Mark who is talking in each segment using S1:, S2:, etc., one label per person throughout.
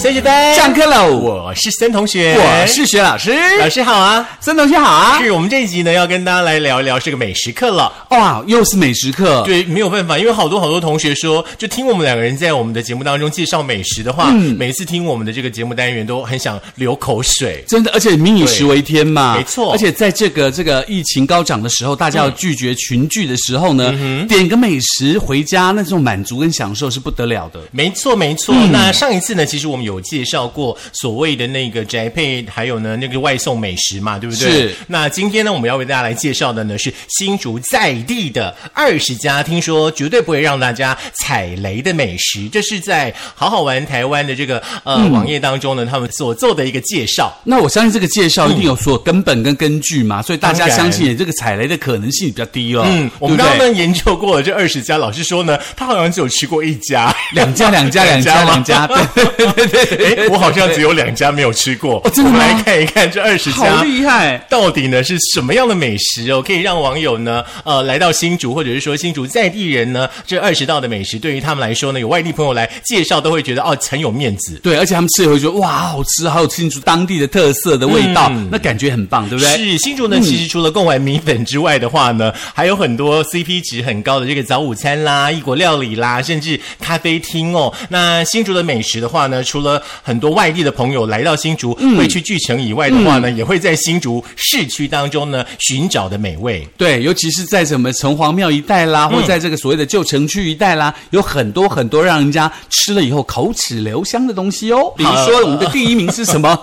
S1: 学习班
S2: 上课喽！
S1: 哎我是森同学，
S2: 我是薛老师，
S1: 老师好啊。
S2: 孙同学好啊！
S1: 是我们这一集呢，要跟大家来聊一聊这个美食课了。
S2: 哇，又是美食课，
S1: 对，没有办法，因为好多好多同学说，就听我们两个人在我们的节目当中介绍美食的话，
S2: 嗯
S1: 每次听我们的这个节目单元都很想流口水。
S2: 真的，而且民以食为天嘛，
S1: 对没错嗯
S2: 而且在这个这个疫情高涨的时候，大家要拒绝群聚的时候呢，点个美食回家，那种满足跟享受是不得了的。
S1: 没错，没错。
S2: 嗯
S1: 那上一次呢，其实我们有介绍过所谓的那个宅配，还有呢那个外送美食嘛，对不对？
S2: 是
S1: 那今天呢，我们要为大家来介绍的呢是新竹在地的二十家，听说绝对不会让大家踩雷的美食。这是在好好玩台湾的这个呃、
S2: 嗯
S1: 网页当中呢，他们所做的一个介绍。
S2: 那我相信这个介绍一定有所根本跟根据嘛，所以大家
S1: 当然
S2: 相信这个踩雷的可能性比较低哦。
S1: 嗯，我们
S2: 对
S1: 刚刚
S2: 不对
S1: 呢研究过了这二十家，老师说呢，他好像只有吃过一家，
S2: 两家两家两家 两家，对对对对对
S1: 哎
S2: 对，，
S1: 我好像只有两家没有吃过。
S2: 哦真的
S1: 我
S2: 吗
S1: 们来看一看这二十
S2: 好
S1: 家。
S2: 厉害。
S1: 到底呢是什么样的美食哦，可以让网友呢呃来到新竹，或者是说新竹在地人呢，这二十道的美食对于他们来说呢，有外地朋友来介绍都会觉得哦很有面子。
S2: 对，而且他们吃了会觉得哇，好吃，好有庆祝当地的特色的味道，那感觉很棒，对不对？
S1: 嗯是新竹呢，其实除了贡丸米粉之外的话呢，还有很多 CP 值很高的这个早午餐啦、异国料理啦，甚至咖啡厅哦。那新竹的美食的话呢，除了很多外地的朋友来到新竹、
S2: 嗯
S1: 会去巨城以外的话呢，也会在新竹市区当中呢寻找的美味。
S2: 对，尤其是在什么城隍庙一带啦，或在这个所谓的旧城区一带啦，有很多很多让人家吃了以后口齿留香的东西哦。比如说，我们的第一名是什么？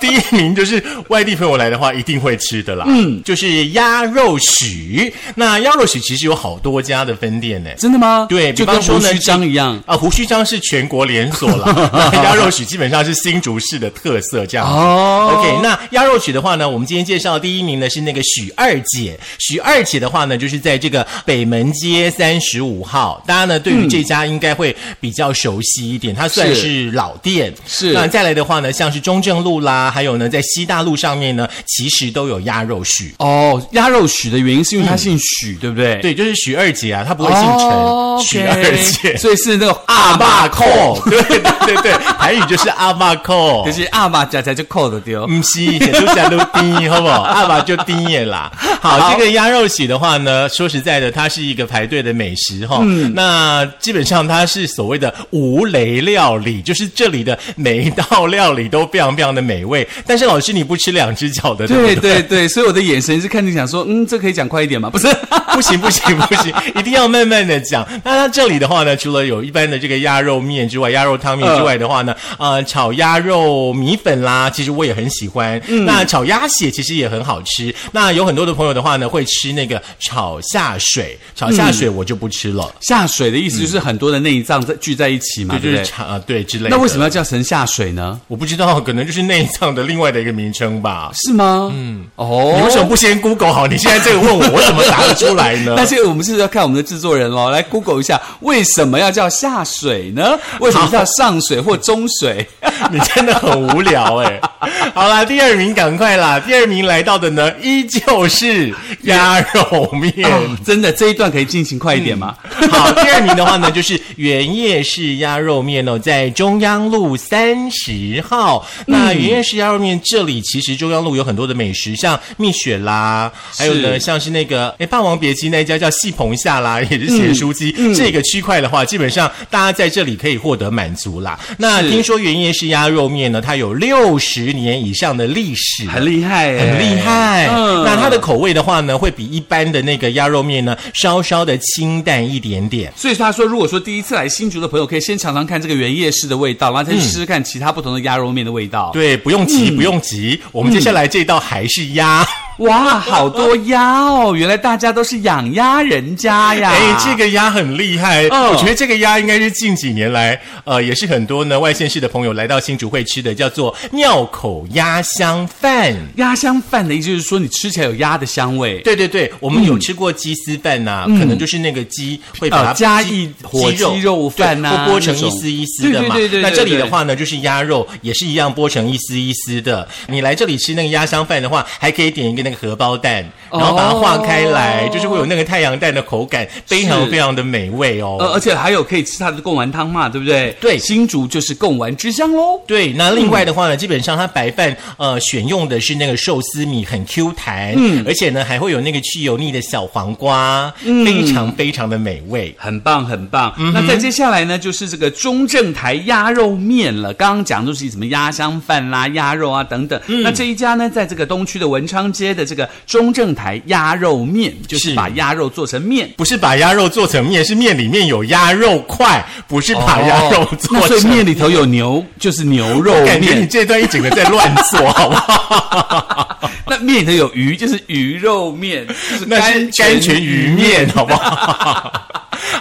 S1: 第一名就是外地朋友来的话一定会吃的啦，嗯，就是鸭肉许。那鸭肉许其实有好多家的分店呢，
S2: 真的吗？
S1: 对
S2: 就
S1: 比
S2: 跟
S1: 方说
S2: 胡
S1: 呢
S2: 须章一样。
S1: 啊，胡须章是全国连锁啦， 那鸭肉许基本上是新竹市的特色这样子。
S2: 哦
S1: OK，那鸭肉许的话呢，我们今天介绍的第一名呢是那个许二姐。许二姐的话呢，就是在这个北门街三十五号，大家呢
S2: 嗯
S1: 对于这家应该会比较熟悉一点，它算
S2: 是
S1: 是老店。
S2: 是
S1: 那再来的话呢，像是中正路啦，还有呢在西大路上面呢，其实都有鸭肉许。
S2: 哦，鸭肉许的原因是因为他姓许，对不对？
S1: 嗯对，就是许二姐啊，她不会
S2: 哦，
S1: 姓陈，
S2: OK，
S1: 许二姐。哦
S2: 所以是那种阿爸扣，
S1: 对对对对，韩语就是阿爸扣
S2: 可。是阿爸加加就扣的丢。
S1: 不是，写出下都低，好不 好？阿爸就低耶啦。好，
S2: 好
S1: 这个鸭肉喜的话呢，说实在的，它是一个排队的美食哈、
S2: 嗯
S1: 那基本上它是所谓的无雷料理，就是这里的每一道料理都非常非常的美味。但是老师你不吃两只脚的，不对
S2: 对 对对，所以我的眼神是看你想说，嗯，这可以讲快一点吗？不是，
S1: 不行不行不行，一定要慢慢的 讲。那它这里的话呢，除了有一般的这个鸭肉面之外，鸭肉汤面之外的话呢，
S2: 嗯
S1: 呃，炒鸭肉米粉啦，其实我也很喜欢。
S2: 嗯
S1: 那炒鸭血其实也很好吃。那有很多的朋友的话呢，会吃那个炒下水，炒下
S2: 嗯
S1: 水我就不吃了，
S2: 下水的意思就是很多的内脏在聚在一起嘛，
S1: 对，
S2: 对
S1: 就
S2: 不
S1: 是
S2: 对？
S1: 炒啊、对之类的。
S2: 那为什么要叫神下水呢？
S1: 我不知道，可能就是内脏的另外的一个名称吧。
S2: 是吗？嗯，
S1: 你为什么
S2: 哦。
S1: 不先 Google 好？你现在这个问我，我怎么答得出来呢？
S2: 但是我们是要看我们的制作人喽，来 Google 一下为什么要叫下水呢？为什么叫上水或中水？
S1: 你真的很无聊哎、好啦，第二名赶快啦！第二名来到的呢，依旧是鸭肉面。
S2: 哦真的这一段可以进行快一点吗？
S1: 好，第二名的话呢，就是原叶式鸭肉面哦，在中央路三十号。
S2: 嗯
S1: 那原叶式鸭肉面这里其实中央路有很多的美食，像蜜雪啦，还有呢
S2: 是
S1: 像是那个哎霸王别姬那一家叫戏棚下啦，也是写书机、
S2: 嗯
S1: 这个区块的话，基本上大家在这里可以获得满足啦。那
S2: 是
S1: 听说原叶式鸭肉面呢，它有六十年以上的历史，
S2: 很厉害、
S1: 很厉。害。
S2: 嗯
S1: 那它的口味的话呢，会比一般的那个鸭肉面呢稍稍的清淡一点点。
S2: 所以他说，如果说第一次来新竹的朋友，可以先尝尝看这个原叶式的味道，然后再
S1: 嗯
S2: 去试试看其他不同的鸭肉面的味道。
S1: 对，不用急，不用急。我们接下来这道还是鸭，
S2: 哇，好多鸭哦！原来大家都是养鸭人家 呀。
S1: 哎，这个鸭很厉害。
S2: 嗯
S1: 我觉得这个鸭应该是近几年来，呃，也是很多呢外县市的朋友来到新竹会吃的，叫做庙口鸭香饭。
S2: 鸭香饭的意思就是说，你吃起来有鸭的香味。
S1: 对对对，我们有吃过鸡丝饭呐、可能就是那个鸡会把它
S2: 呃加一
S1: 鸡
S2: 火鸡肉饭呐
S1: 对或剥成
S2: 那种
S1: 一丝一丝的嘛。
S2: 对对对对对
S1: 那这里的话呢，就是鸭肉也是一样剥成一丝一丝的。你来这里吃那个鸭香饭的话，还可以点一个那那个荷包蛋，然后把它化开来，
S2: 哦
S1: 就是会有那个太阳蛋的口感，非常非常的美味哦。
S2: 呃，而且还有可以吃它的贡丸汤嘛，对不对？
S1: 对
S2: 新竹就是贡丸之乡喽。
S1: 对，那另外的话呢，基本上它白饭呃选用的是那个寿司米，很 Q 弹，嗯，而且呢还会有那个去油腻的小黄瓜，
S2: 嗯
S1: 非常非常的美味。
S2: 很棒，很棒。
S1: 嗯
S2: 那再接下来呢，就是这个中正台鸭肉面了。刚刚讲都是什么鸭香饭啦、鸭肉啊等等。
S1: 嗯
S2: 那这一家呢，在这个东区的文昌街的这个中正台鸭肉面，就是
S1: 是
S2: 把鸭肉做成面。
S1: 不是把鸭肉做成面，是面里面有鸭肉块，不是把鸭肉
S2: 哦
S1: 做
S2: 那所以
S1: 成。
S2: 面里头有牛，就是牛肉
S1: 感觉你
S2: 面；
S1: 这段一整个在乱 做，好不好？
S2: 那面里头有鱼，就是鱼肉面，就是
S1: 那是甘
S2: 甘
S1: 泉
S2: 泉
S1: 鱼
S2: 鱼
S1: 面，好不好？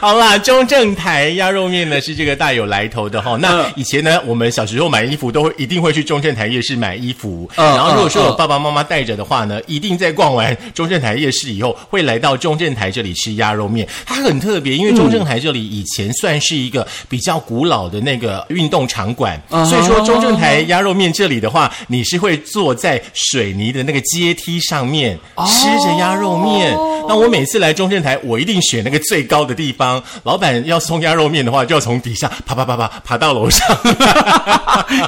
S1: 好啦，中正台鸭肉面呢是这个大有来头的哈、那
S2: 嗯
S1: 以前呢，我们小时候买衣服都会一定会去中正台夜市买衣服，
S2: 嗯
S1: 然后如果说
S2: 嗯
S1: 有爸爸妈妈带着的话呢，一定在逛完中正台夜市以后，会来到中正台这里吃鸭肉面。它很特别，因为中正台这里以前算是一个比较古老的那个运动场馆，
S2: 啊
S1: 所以说中正台鸭肉面这里的话，你是会坐在水泥的那个阶梯上面吃着鸭肉面。那我每次来中正台，我一定选那个最高的地方。老板要送鸭肉面的话，就要从底下爬爬爬爬爬到楼上，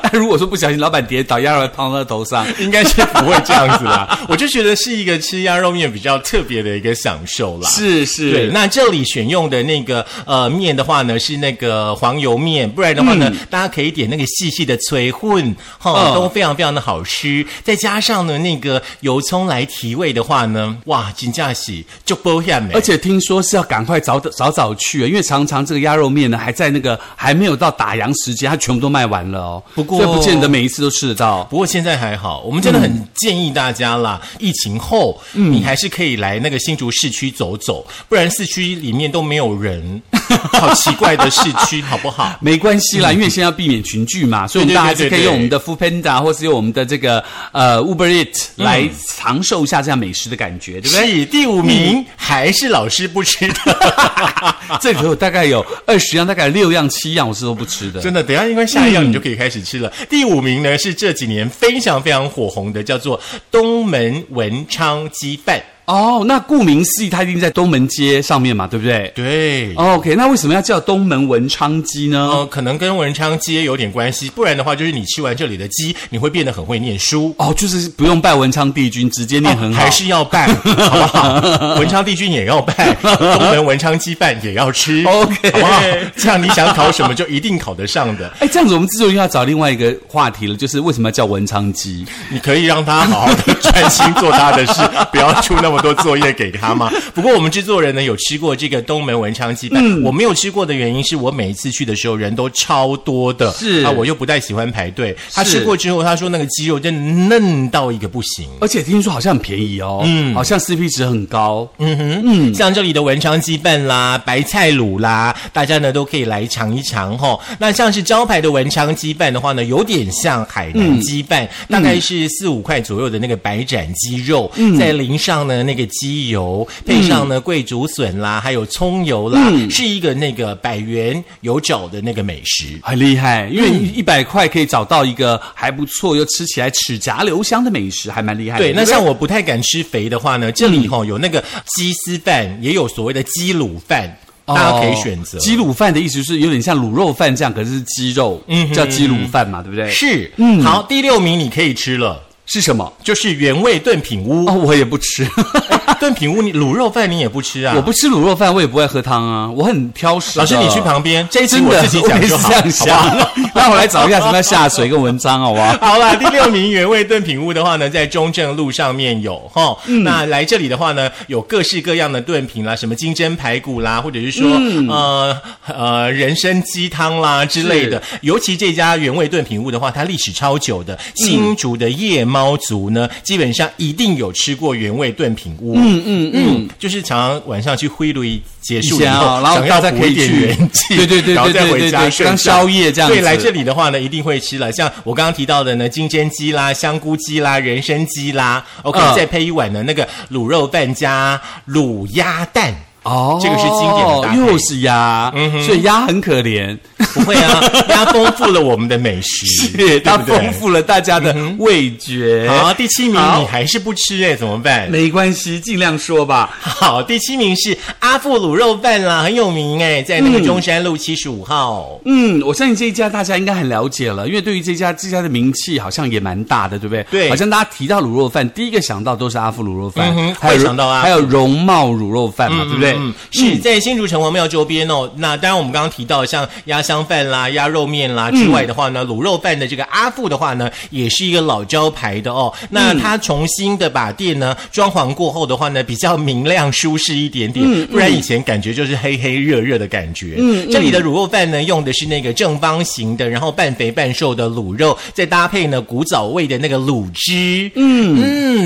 S2: 那 如果说不小心老板跌倒，鸭肉碰到头上，
S1: 应该是不会这样子啦。我就觉得是一个吃鸭肉面比较特别的一个享受啦。
S2: 是
S1: 对，
S2: 是。
S1: 那这里选用的那个呃面的话呢，是那个黄油面，不然的话呢，大家可以点那个细细的脆混，哈、
S2: 嗯
S1: 都非常非常的好吃。再加上呢那个油葱来提味的话呢，哇，金价喜就不下美
S2: 而。且听说是要赶快早早早去，啊因为常常这个鸭肉面呢还在那个还没有到打烊时间，它全部都卖完了哦。
S1: 不过
S2: 所以不见得每一次都吃得到。
S1: 不过现在还好，我们真的很建议大家啦，疫情后、你还是可以来那个新竹市区走走，不然市区里面都没有人，好奇怪的市区，好不好？
S2: 没关系
S1: 嗯
S2: 啦，因为现在要避免群聚嘛，所以我们大家还是可以用我们的 Food Panda 或是用我们的这个呃 Uber Eat 来尝受一下这样美食的感 觉，对不
S1: 嗯
S2: 对？
S1: 是第五名、还是老师不吃的？
S2: 这里头大概有二十样，大概有六样七样我是都不吃的。
S1: 真的，等一下因为下一样你就可以开始吃了。第五名呢是这几年非常非常火红的，叫做东门文昌鸡饭。
S2: 哦，那顾名思义，它一定在东门街上面嘛，对不对？
S1: 对。
S2: 哦 OK，那为什么要叫东门文昌鸡呢？
S1: 呃，可能跟文昌街有点关系，不然的话，就是你吃完这里的鸡，你会变得很会念书，
S2: 哦，就是不用拜文昌帝君，直接念很好。
S1: 哦还是要拜， 好不好？文昌帝君也要拜，东门文昌鸡饭也要吃
S2: OK
S1: 好不好？这样你想考什么就一定考得上的。
S2: 哎，这样子我们制作人又要找另外一个话题了，就是为什么要叫文昌鸡？
S1: 你可以让他好好的专心做他的 事，不要出那么多作业给他嘛。不过我们制作人呢有吃过这个东门文昌鸡饭，
S2: 嗯
S1: 我没有吃过的原因是我每一次去的时候人都超多的，
S2: 是
S1: 啊，我又不太喜欢排队。他
S2: 是
S1: 吃过之后，他说那个鸡肉真的嫩到一个不行。
S2: 而且听说好像很便宜哦，嗯，好像 CP 值很高。
S1: 嗯，像这里的文昌鸡饭啦、白菜卤啦，大家呢都可以来尝一尝哈、那像是招牌的文昌鸡饭的话呢，有点像海南鸡饭，大概是四五块左右的那个白斩鸡肉，再淋上呢那个鸡油，配上呢桂竹笋啦，还有葱油啦，是一个那个百元有找的那个美食。
S2: 很厉害，因为
S1: 嗯
S2: 一百块可以找到一个还不错又吃起来齿颊留香的美食，还蛮厉害的。
S1: 对，那
S2: 不
S1: 像我不太敢吃肥的话呢，这里哈、有那个鸡丝饭，也有所谓的鸡卤饭，
S2: 哦
S1: 大家可以选择。
S2: 鸡卤饭的意思是有点像卤肉饭这样，可是是鸡肉，嗯，叫鸡卤饭嘛，对不对？
S1: 是，
S2: 嗯
S1: 好，第六名你可以吃了，
S2: 是什么？
S1: 就是原味炖品屋。
S2: 哦，我也不吃，
S1: 啊炖品屋你卤肉饭你也不吃啊？
S2: 我不吃卤肉饭，我也不爱喝汤啊，我很挑食的。
S1: 老师你去旁边，这一集
S2: 真
S1: 我
S2: 的，
S1: 自己讲
S2: 我也
S1: 就是好，
S2: 这样
S1: 好不好？
S2: 想。 那我来找一下什么叫下水跟文章，好不好？
S1: 好啦，第六名原味炖品屋的话呢，在中正路上面有哈、
S2: 嗯
S1: 那来这里的话呢，有各式各样的炖品啦，什么金针排骨啦，或者是说、
S2: 嗯
S1: 呃呃人参鸡汤啦之类的。尤其这家原味炖品屋的话，它历史超久的。
S2: 嗯
S1: 新竹的夜猫族呢，基本上一定有吃过原味炖品屋。嗯嗯嗯， 就是常常晚上去挥炉结束以
S2: 以前
S1: 后，
S2: 哦然后
S1: 想要
S2: 大家
S1: 补
S2: 可以
S1: 一点
S2: 去
S1: 元气，
S2: 对对对
S1: 然后
S2: 对
S1: 再
S2: 对
S1: 回
S2: 对
S1: 家
S2: 对
S1: 睡
S2: 当
S1: 觉
S2: 宵夜这样
S1: 对，来
S2: 子
S1: 这里的话呢，一定会吃了。像我刚刚提到的呢，金针鸡啦、香菇鸡啦、人参鸡啦，OK，、
S2: 嗯
S1: 再配一碗呢那个卤肉饭加卤鸭蛋。
S2: 哦，
S1: 这个是经典的搭配嗯
S2: 又是鸭，所以鸭很可怜，
S1: 不会 啊，它丰富了我们的美食，对
S2: 它
S1: 不对嗯
S2: 丰富了大家的味觉。
S1: 好，第七名
S2: 好
S1: 你还是不吃哎、怎么办？
S2: 没关系，尽量说吧。
S1: 好，第七名是阿富卤肉饭啦，很有名哎、在那个中山路七十五号。
S2: 嗯，我相信这一家大家应该很了解了，因为对于这家这家的名气好像也蛮大的，对不对？
S1: 对
S2: 好像大家提到卤肉饭，第一个想到都是阿富卤肉饭，
S1: 嗯哼
S2: 还有
S1: 会想到阿富
S2: 还有容茂卤肉饭啊嘛，对不对？
S1: 嗯，是在新竹城隍庙周边哦。那当然，我们刚刚提到像鸭香饭啦、鸭肉面啦之外的话呢，卤肉饭的这个阿富的话呢，也是一个老招牌的哦。那它重新的把店呢装潢过后的话呢，比较明亮舒适一点点，不然以前感觉就是黑黑热热的感觉。嗯，这里的卤肉饭呢，用的是那个正方形的，然后半肥半瘦的卤肉，再搭配呢古早味的那个卤汁，嗯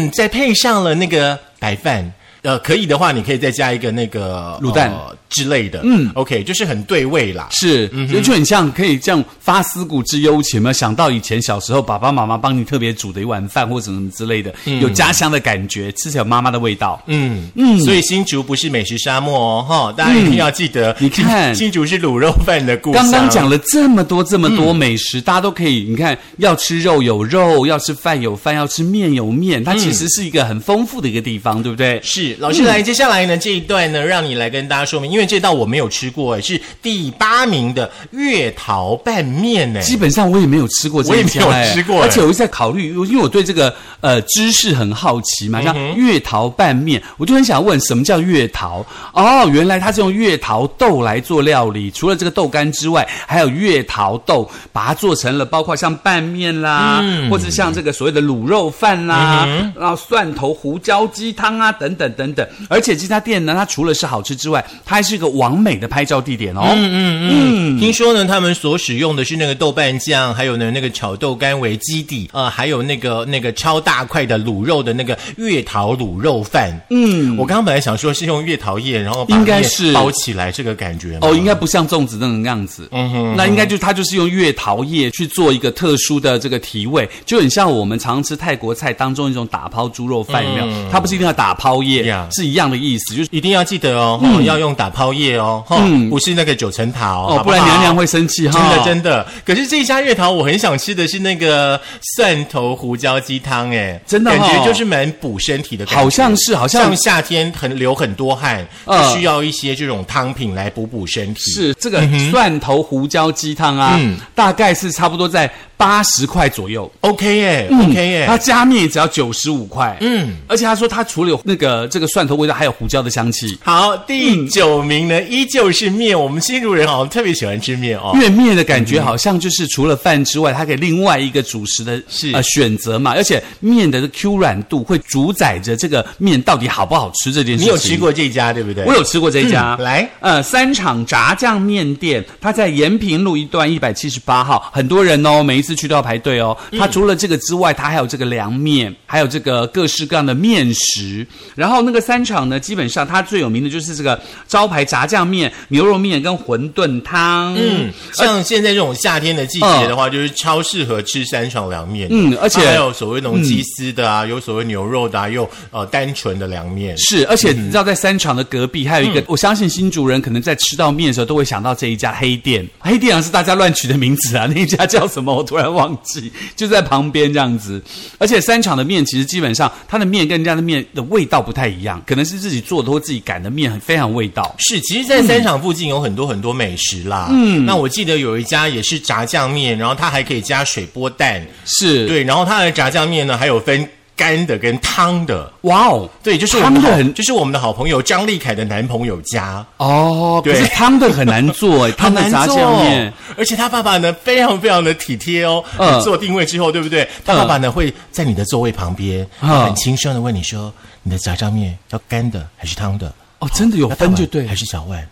S1: 嗯，再配上了那个白饭。呃，可以的话，你可以再加一个那个
S2: 卤蛋
S1: 呃之类的。嗯，OK，就是很对味啦。
S2: 是，
S1: 嗯
S2: 就就很像可以这样发思古之幽情嘛，想到以前小时候爸爸妈妈帮你特别煮的一碗饭或什么之类的，有家乡的感觉，吃起来有妈妈的味道。
S1: 嗯嗯，所以新竹不是美食沙漠哦，哈，大家一定要记得。
S2: 嗯你看
S1: 新竹是卤肉饭的故乡。嗯
S2: 刚刚讲了这么多这么多美食，大家都可以，你看要吃肉有肉，要吃饭有饭，要吃面有面，它其实是一个很丰富的一个地方，对不对？
S1: 嗯是老师来，接下来呢这一段呢，让你来跟大家说明，因为这道我没有吃过，哎，是第八名的月桃拌面哎呢。
S2: 基本上我也没有吃过这一
S1: 我也没
S2: 家，
S1: 有
S2: 哎
S1: 吃过哎
S2: 而且我一直在考虑，因为我对这个呃知识很好奇
S1: 嗯
S2: 嘛，像月桃拌面，我就很想问什么叫月桃？哦，原来它是用月桃豆来做料理，除了这个豆干之外，还有月桃豆，把它做成了包括像拌面啦，
S1: 嗯
S2: 或者像这个所谓的卤肉饭啦，然后蒜头胡椒鸡汤啊等等等等。而且这家店呢，它除了是好吃之外，它还是一个完美的拍照地点哦。
S1: 嗯
S2: 嗯
S1: 听说呢，他们所使用的是那个豆瓣酱，还有呢那个炒豆干为基底，呃，还有那个那个超大块的卤肉的那个月桃卤肉饭。嗯，我刚刚本来想说是用月桃叶，然后把
S2: 应该
S1: 面
S2: 是
S1: 包起来这个感觉吗
S2: 哦，应该不像粽子那种样子，嗯哼，那应该就是它就是用月桃叶去做一个特殊的这个提味，就很像我们常吃泰国菜当中一种打抛猪肉饭，有没有？它不是一定要打抛叶
S1: 嗯呀，
S2: 是一样的意思，就是
S1: 一定要记得哦，哦要用打泡叶哦，哈、不是那个九层塔哦，
S2: 嗯哦，
S1: 好
S2: 不
S1: 好
S2: 然娘娘会生气哈。
S1: 真的真的，可是这一家月桃我很想吃的是那个蒜头胡椒鸡汤，哎，
S2: 真的哦
S1: 感觉就是蛮补身体的感觉，
S2: 好像是好像
S1: 像夏天很流很多汗，
S2: 嗯
S1: 就需要一些这种汤品来补补身体。
S2: 是这
S1: 嗯
S2: 个蒜头胡椒鸡汤啊，大概是差不多在八十块左右。
S1: OK 耶、o
S2: 嗯
S1: k 耶、
S2: 它加面只要九十五块，嗯，而且他说它除了有那个这个蒜头味道，还有胡椒的香气。
S1: 好，第九名
S2: 嗯
S1: 呢、依旧是面，我们新竹人好像特别喜欢吃面哦。
S2: 越面的感觉好像就是除了饭之外，它给另外一个主食的
S1: 是
S2: 呃选择嘛，而且面的 Q 软度会主宰着这个面到底好不好吃这件
S1: 你
S2: 事情。
S1: 有吃？过这家对不对？
S2: 我有吃过这家。
S1: 嗯来，
S2: 呃，三厂炸酱面店，它在延平路一段一百七十八号，很多人哦，每一次去都要排队哦。
S1: 嗯
S2: 它除了这个之外，它还有这个凉面，还有这个各式各样的面食。然后那个三厂呢，基本上它最有名的就是这个招牌炸酱面、牛肉面跟馄饨汤。呃
S1: 嗯，像现在这种夏天的季节的话，就是超适合吃三爽凉面。
S2: 嗯而且嗯
S1: 它还有所谓那种鸡丝的啊，有所谓牛肉的啊，也有呃单纯的凉面。
S2: 是，而且你知道，在三厂的隔壁还有一
S1: 嗯
S2: 个，我相信新竹人可能在吃到面的时候都会想到这一家黑店。黑店啊是大家乱取的名字啊，那一家叫什么？我突然忘记，就在旁边这样子。而且三厂的面其实基本上它的面跟人家的面的味道不太一样，可能
S1: 嗯
S2: 是自己做的或自己擀的面很非常有味道。
S1: 是，其实，在三厂附近有很多很多美食啦。嗯，那我记得有一家也是炸酱面，然后它还可以加水波蛋。
S2: 是，，
S1: 对，然后它的炸酱面呢，还有分干的跟汤的。
S2: 哇哦，
S1: 对，就是我
S2: 汤
S1: 们
S2: 的
S1: 的好
S2: 很
S1: 就是我们的好朋友张丽凯的男朋友家。
S2: 哦，可
S1: 对
S2: 是汤的很难 做，哎汤的炸酱面。，
S1: 而且他爸爸呢非常非常的体贴哦。
S2: 嗯
S1: 你做定位之后，对不对？他爸爸呢会在你的座位旁边，
S2: 嗯
S1: 很轻声的问你说：“你的炸酱面要干的还是汤的？
S2: 哦，真的有
S1: 要大
S2: 分
S1: 碗
S2: 就对
S1: 还，是小碗？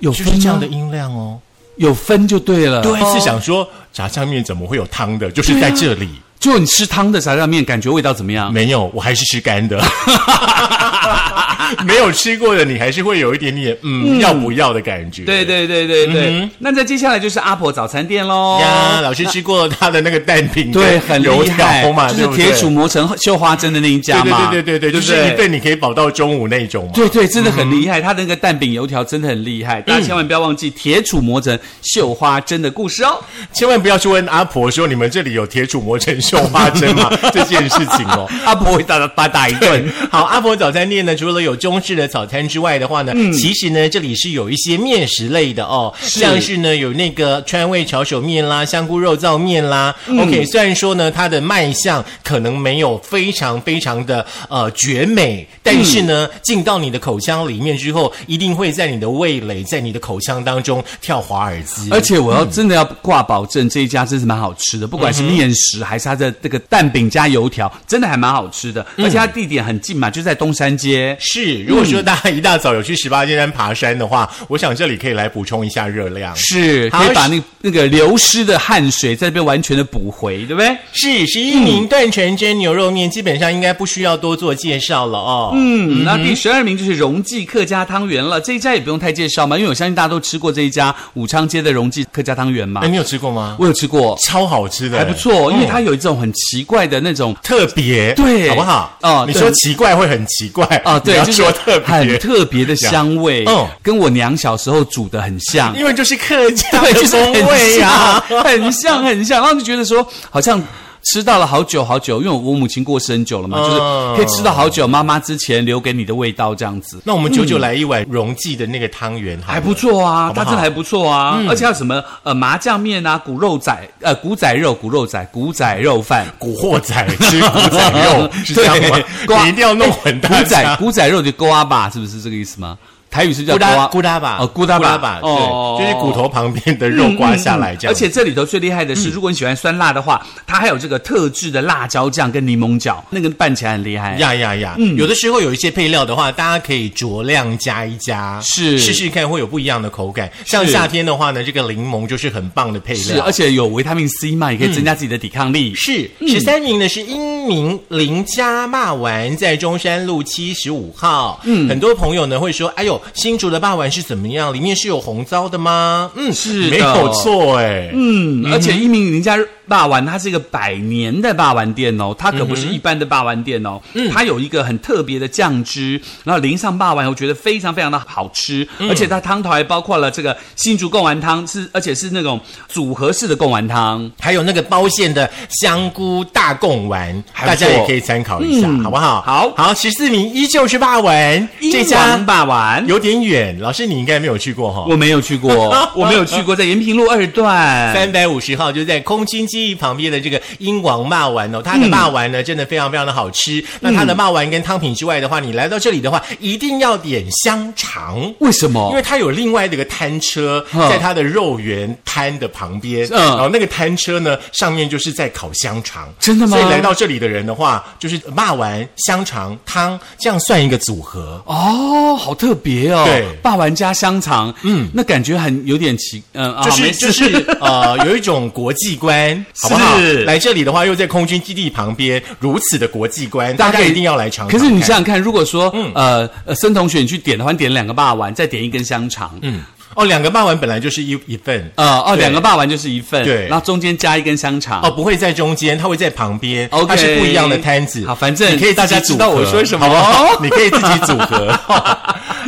S2: 有
S1: 就是
S2: 分
S1: 这样
S2: 吗
S1: 的？音量哦。
S2: 有分就对了。哦
S1: 我一次想说，炸酱面怎么会有汤的？就是在这里。
S2: 就你吃汤的炸酱面，感觉味道怎么样？
S1: 没有，我还是吃干 的。没有吃过的，你还是会有一点点嗯要不要的感觉。
S2: 对对对对对。那再接下来就是阿婆早餐店喽。
S1: 呀，老师吃过他的那个蛋饼，
S2: 对，很
S1: 油
S2: 厉害
S1: 条嘛，，
S2: 就
S1: 对
S2: 是
S1: 不
S2: 铁
S1: 对
S2: 杵磨成绣花针的那一家嘛。
S1: 对对对对对，就是一
S2: 对。
S1: 份你可以饱到中午那种嘛。
S2: 对对，真的很厉害，他的那个蛋饼油条真的很厉害，
S1: 嗯
S2: 大家千万不要忘记铁杵磨成绣花针的故事哦。
S1: 千万不要去问阿婆说你们这里有铁杵磨成绣花针 吗这件事情哦。
S2: 阿婆会打他巴打一顿。
S1: 好，阿婆早餐店呢，除了有中式的早餐之外的话呢，其实呢这里是有一些面食类的哦，像是呢有那个川味炒手面啦、香菇肉燥面啦。OK，虽然说呢它的卖相可能没有非常非常的呃绝美，但是呢、进到你的口腔里面之后，一定会在你的味蕾、在你的口腔当中跳华尔兹。
S2: 而且我要真的要挂保证，这一家真是蛮好吃的，不
S1: 嗯
S2: 管是面食还是它的这个蛋饼加油条，真的还蛮好吃的。
S1: 嗯
S2: 而且它地点很近嘛，就在东山街。
S1: 是，如果说大家一大早有去十八尖山爬山的话，我想这里可以来补充一下热量。
S2: 是
S1: 好
S2: 可以把那那个流失的汗水在这边完全的补回，对不对？
S1: 是，十一名段纯真牛肉面基本上应该不需要多做介绍了哦。嗯，
S2: 嗯，那第十二名就是荣记客家汤圆了，这一家也不用太介绍嘛，因为我相信大家都吃过这一家武昌街的荣记客家汤圆嘛
S1: 哎，，你有吃过吗？
S2: 我有吃过，
S1: 超好吃的，
S2: 还不错，因为
S1: 嗯
S2: 它有一种很奇怪的 那种
S1: 特别，
S2: 对
S1: 好不好？
S2: 哦
S1: 你
S2: 对
S1: 说奇怪会很奇怪
S2: 啊，
S1: 你
S2: 对，
S1: 要
S2: 就是
S1: 说特
S2: 很
S1: 别，
S2: 特别的香味，
S1: 嗯
S2: 跟我娘小时候煮的很像。
S1: 因为 就是客家
S2: 对，
S1: 的
S2: 就是
S1: 风味啊
S2: 很
S1: 呀、
S2: 像，很像，很像，然后就觉得说，好像吃到了好久好久，因为我母亲过世很久了嘛，就是
S1: 嗯
S2: 可以吃到好久妈妈之前留给你的味道这样子。
S1: 那我们久久来一碗荣记的那个汤圆好了，
S2: 还不错啊，
S1: 不好嗯
S2: 它真的还不错啊，而且还有什么呃麻酱面啊，骨肉仔呃骨仔肉、骨肉仔、骨仔肉饭，
S1: 古惑仔 吃古仔肉是这样吗哎
S2: 对？瓜
S1: 你一定要弄混
S2: 骨
S1: 大
S2: 仔
S1: 家。
S2: 骨仔肉就勾阿爸，是不是这个意思吗？台语是叫
S1: 咕
S2: 勾
S1: 哒
S2: 阿
S1: 咕哒吧，
S2: 哦，咕哒
S1: 吧，嗯
S2: 吧，哦
S1: 对，就是骨头旁边的肉刮下来这样。
S2: 嗯而且这里头最厉害的是，如果你喜欢酸辣的话，它还有这个特制的辣椒酱跟柠檬角，那个拌起来很厉害。
S1: 呀呀呀！
S2: 嗯
S1: 有的时候有一些配料的话，大家可以酌量加一加，
S2: 是
S1: 试试看会有不一样的口感。像夏天的话呢，这个柠檬就是啊很棒的配
S2: 是，
S1: 料
S2: 而。嗯且有维他命 C 嘛，也可以增加自己的抵抗力。
S1: 是十三名呢，是英明林家骂丸，在中山路七十五号。嗯，很多朋友呢会说：“哎呦，新竹的骂丸是怎么样？里面是有红糟的吗？”嗯，
S2: 是的
S1: 没有错哎。嗯，
S2: 嗯，而且一鸣人家霸丸，它是一个百年的霸丸店哦，它可不是一般的霸丸店哦，它有一个很特别的酱汁，然后淋上霸丸，我觉得非常非常的好吃，而且它汤头还包括了这个新竹贡丸汤，是而且是那种组合式的贡丸汤。
S1: 还有那个包馅的香菇大贡丸，
S2: 还不
S1: 大
S2: 错嗯
S1: 家也可以参考一下，好不好？
S2: 好
S1: 好，十四名依旧是霸丸，这家
S2: 英王霸 丸
S1: 有点远，老师你应该没有去过哈、
S2: 我没有去过， 我没有去过，在延平路二段。
S1: 三百五十号就在空军记忆旁边的这个英王骂丸哦，它的骂丸呢、真的非常非常的好
S2: 嗯
S1: 吃。那它的骂丸跟汤品之外的话，你来到这里的话，一定要点香肠。
S2: 为什
S1: 因
S2: 么
S1: 为？它有另外的一个摊车，
S2: 嗯
S1: 在它的肉圆摊的旁边，
S2: 嗯
S1: 然后那个摊车呢，上面就是在烤香肠，
S2: 真的吗
S1: 所以来到这里的人的话，就是骂完香肠汤，这样算一个组合。
S2: 哦，好特别哦！
S1: 对
S2: 霸丸加香肠，嗯，那感觉很有点奇，嗯，啊
S1: 就是
S2: 没事
S1: 就是 呃，有一种国际观，好不好？
S2: 是
S1: 来这里的话，又在空军基地旁边，如此的国际观，大
S2: 大
S1: 家
S2: 家可以
S1: 一定要来尝尝
S2: 可
S1: 看。
S2: 是你想想看，如果说、
S1: 嗯
S2: 呃呃，森同学你去点的话，你点两个霸丸，再点一根香肠，嗯，
S1: 哦，两个骂完本来就是一一份，
S2: 呃哦，
S1: 对
S2: 两个霸丸就是一份，
S1: 对
S2: 然后中间加一根香肠，
S1: 哦，，不会在中间，它会在旁边
S2: OK
S1: 它是不一样的摊子。
S2: 好反正
S1: 你可以自己
S2: 大家
S1: 组
S2: 知道
S1: 合
S2: 我说什么
S1: 好不好 你可以自己组 合。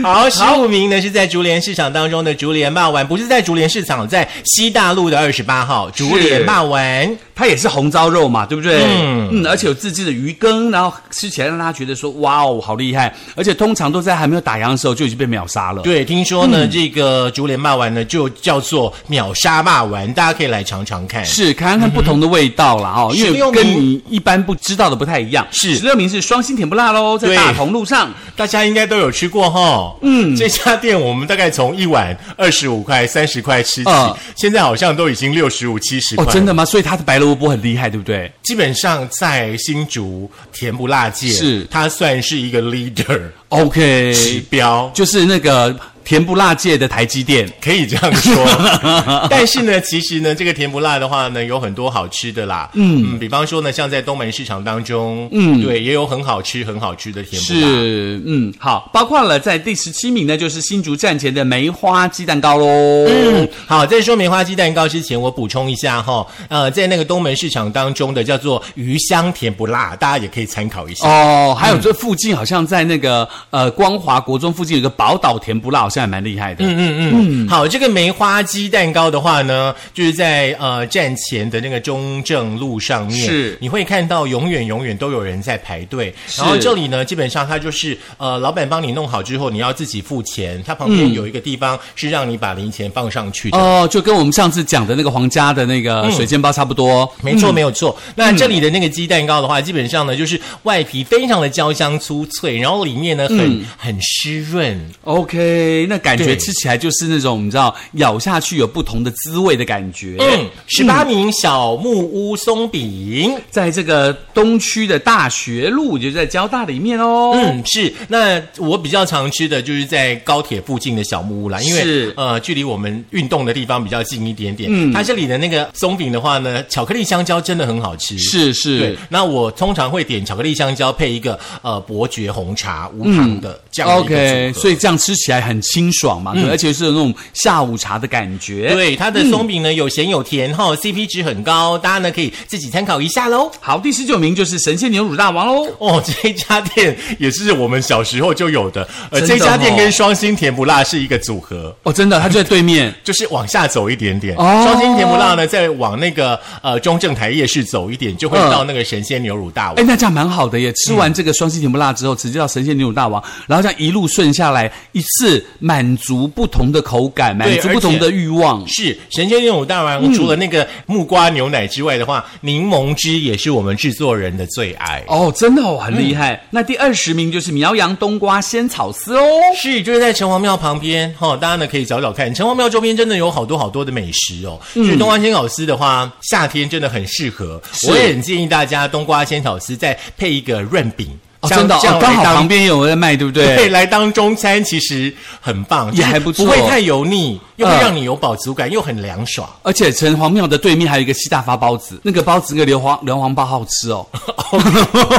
S1: 好，十五名呢是在竹联市场当中的竹联霸丸，不是在竹联市场，在西大路的二十八号竹联霸丸。
S2: 它也是红烧肉嘛，对不对？
S1: 嗯
S2: 嗯，而且有自制的鱼羹，然后吃起来让大家觉得说哇哦，好厉害，而且通常都在还没有打烊的时候就已经被秒杀了。
S1: 对，听说
S2: 嗯
S1: 呢、这个竹联霸丸呢就叫做秒杀霸丸，大家可以来尝尝看。
S2: 是看看不同的味道啦哦，因
S1: 16
S2: 为跟
S1: 名
S2: 你一般不知道的不太一样。
S1: 嗯是
S2: 十六名是双心甜不辣喽，在
S1: 对
S2: 大同路上。
S1: 大家应该都有吃过哈，嗯，这家店我们大概从一碗二十五块、三十块吃起，
S2: 嗯
S1: 现在好像都已经六十五、七十块
S2: 哦
S1: 了，，
S2: 真的吗？所以它的白萝卜很厉害，对不对？
S1: 基本上在新竹甜不辣界，
S2: 是
S1: 它算是一个 leader
S2: OK，
S1: 指标。
S2: 就是那个甜不辣界的台积电。
S1: 可以这样 说。但是呢，其实呢，这个甜不辣的话呢，有很多好吃的啦。嗯比方说呢，像在东门市场当中，嗯，对，也有很好吃、很好吃的甜不辣。
S2: 是，嗯，好，包括了在第十七名呢，就是新竹站前的梅花鸡蛋糕喽。
S1: 嗯，好，在说梅花鸡蛋糕之前，我补充一下哈、呃，在那个东门市场当中的叫做鱼香甜不辣，大家也可以参考一下。
S2: 哦，还有这附近好像在那个呃光华国中附近有个宝岛甜不辣，好像还蛮厉害的。嗯嗯，
S1: 嗯，好，这个梅花鸡蛋糕的话呢，就是在呃站前的那个中正路上面，
S2: 是
S1: 你会看到永远永远都有人在排队。然后这里呢，基本上它就是呃老板帮你弄好之后，你要自己付钱，它旁边有一个地方是让你把零钱放上去的。
S2: 哦，就跟我们上次讲的那个皇家的那个水煎包差不多。
S1: 嗯没错，没有错。那这里的那个鸡蛋糕的话，基本上呢，就是外皮非常的焦香酥脆，然后里面呢很、很湿润。
S2: OK，那感觉
S1: 对
S2: 吃起来就是那种你知道咬下去有不同的滋味的感觉。
S1: 嗯，十八名小木屋松饼。
S2: 在这个东区的大学路，就在交大里面哦。
S1: 嗯，是。那我比较常吃的就是在高铁附近的小木屋啦，因为
S2: 是嗯
S1: 呃，距离我们运动的地方比较近一点点。它这里的那个松饼的话呢，巧克力香蕉真的很好吃。。
S2: 是
S1: 对
S2: 是，。
S1: 那我通常会点巧克力香蕉配一个呃伯爵红茶无糖的这样的一个
S2: 嗯 OK，
S1: 组合。
S2: 所以这样吃起来很清爽嘛，对而且是有那种下午茶的感觉。。
S1: 对它的
S2: 嗯
S1: 松饼呢，有咸有甜哈、c p 值很高，大家呢可以自己参考一下喽。
S2: 好，第十九名就是神仙牛乳大王喽。
S1: 哦， 这一家店也是我们小时候就有的，呃，
S2: 真的
S1: 这家店
S2: 哦
S1: 跟双星甜不辣是一个组合。
S2: 哦，真的，它就在 对面。
S1: 就是往下走一点点，
S2: 哦
S1: 双星甜不辣呢，再往那个呃中正台夜市走一点，就会
S2: 嗯
S1: 到那个神仙牛乳大王。
S2: 哎，那这样蛮好的耶！吃完这个双溪甜不辣之后，直接到神仙牛乳大王，然后这样一路顺下来，一次满足不同的口感，满
S1: 对
S2: 足不同的欲望。
S1: 是神仙牛乳大王，
S2: 嗯
S1: 除了那个木瓜牛奶之外的话，柠檬汁也是我们制作人的最爱。
S2: 哦，真的哦，很厉害。那第二十名就是苗阳冬瓜鲜草丝哦。
S1: 是，就是在城隍庙旁边哈、哦，大家呢可以找找看。城隍庙周边真的有好多好多的美食哦。
S2: 嗯
S1: 就是冬瓜鲜草丝的话，夏天真的很适合。
S2: 是
S1: 我也很建议大家冬瓜鲜草丝再配一个润饼，
S2: 哦，
S1: 这样
S2: 真的哦，
S1: 这样
S2: 刚
S1: 来
S2: 好
S1: 当
S2: 旁边有人在卖，对不对？
S1: 对，来当中餐其实很棒，
S2: 也还不错
S1: 不会太油腻，又会
S2: 嗯
S1: 让你有饱足感，又很凉 爽。
S2: 而且城隍庙的对面还有一个西大发包子，那个包子那个硫磺硫磺包好吃哦，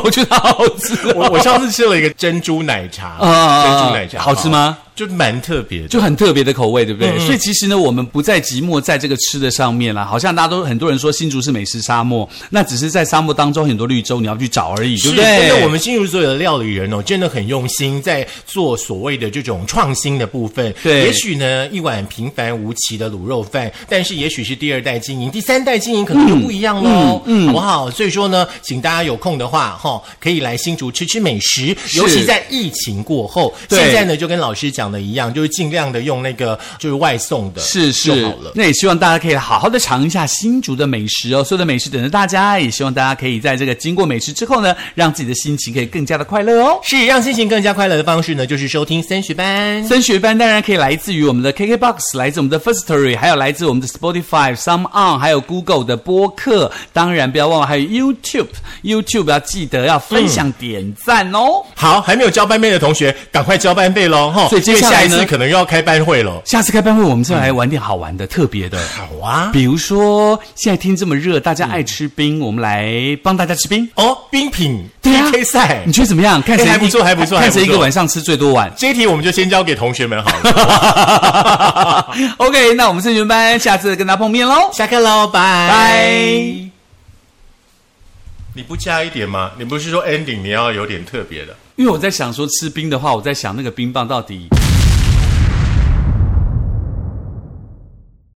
S2: 我觉得好好吃哦、
S1: 我我上次吃了一个珍珠奶
S2: 啊
S1: 茶，珍珠奶茶哦
S2: 好嗯吃？吗？
S1: 就蛮特别的。
S2: 就很特别的口味，对不对？所以其实呢，我们不再寂寞在这个吃的上面啦。好像大家都很多人说新竹是美食沙漠，那只是在沙漠当中很多绿洲，你要去找而已，对
S1: 是
S2: 不
S1: 真
S2: 对？
S1: 的，我们新竹所有的料理人哦，真的很用心在做所谓的这种创新的部分。
S2: 对
S1: 也许呢，一碗平凡无奇的卤肉饭，但是也许是第二代经营、第三代经营，可能就不一样喽，嗯好不好？所以说呢，请大家有空的话，哈、可以来新竹吃吃美食，尤其在疫情过后，
S2: 对
S1: 现在呢，就跟老师讲的一样，就是尽量的用那个就是外送的，
S2: 是
S1: 就好
S2: 是
S1: 了，。
S2: 那也希望大家可以好好的尝一下新竹的美食哦，所有的美食等着大家，也希望大家可以在这个经过美食之后呢，让自己的心情可以更加的快乐哦。
S1: 是让心情更加快乐的方式呢，就是收听三十班。
S2: 升学班当然可以来自于我们的 KKBOX，来自我们的 First Story，还有来自我们的 Spotify、Some On，还有 Google 的播客。当然不要忘了还有 YouTube，YouTube 要记得要分享、点赞哦。
S1: 好，还没有交班费的同学，赶快交班费喽！哈，
S2: 所以接
S1: 因为
S2: 下
S1: 下
S2: 来
S1: 一次
S2: 呢
S1: 可能又要开班会了。
S2: 下次开班会我们再来玩点好玩的、特别的。
S1: 好啊，
S2: 比如说，现在天这么热，大家爱吃冰，我们来帮大家吃冰。
S1: 哦，冰品
S2: 对啊
S1: PK 赛
S2: 你，觉得怎么样？看谁
S1: 哎还不错
S2: 一
S1: 还不错
S2: 看
S1: 还不错
S2: 谁一个晚上吃最多碗。
S1: 这一题我们就先交给同学们好 了。
S2: OK，那我们升学班下次跟大家碰面喽，
S1: 下课喽，拜
S2: 拜。。
S1: 你不加一点吗？你不是说 ending 你要有点特别的？
S2: 因为我在想说吃冰的话，我在想那个冰棒到底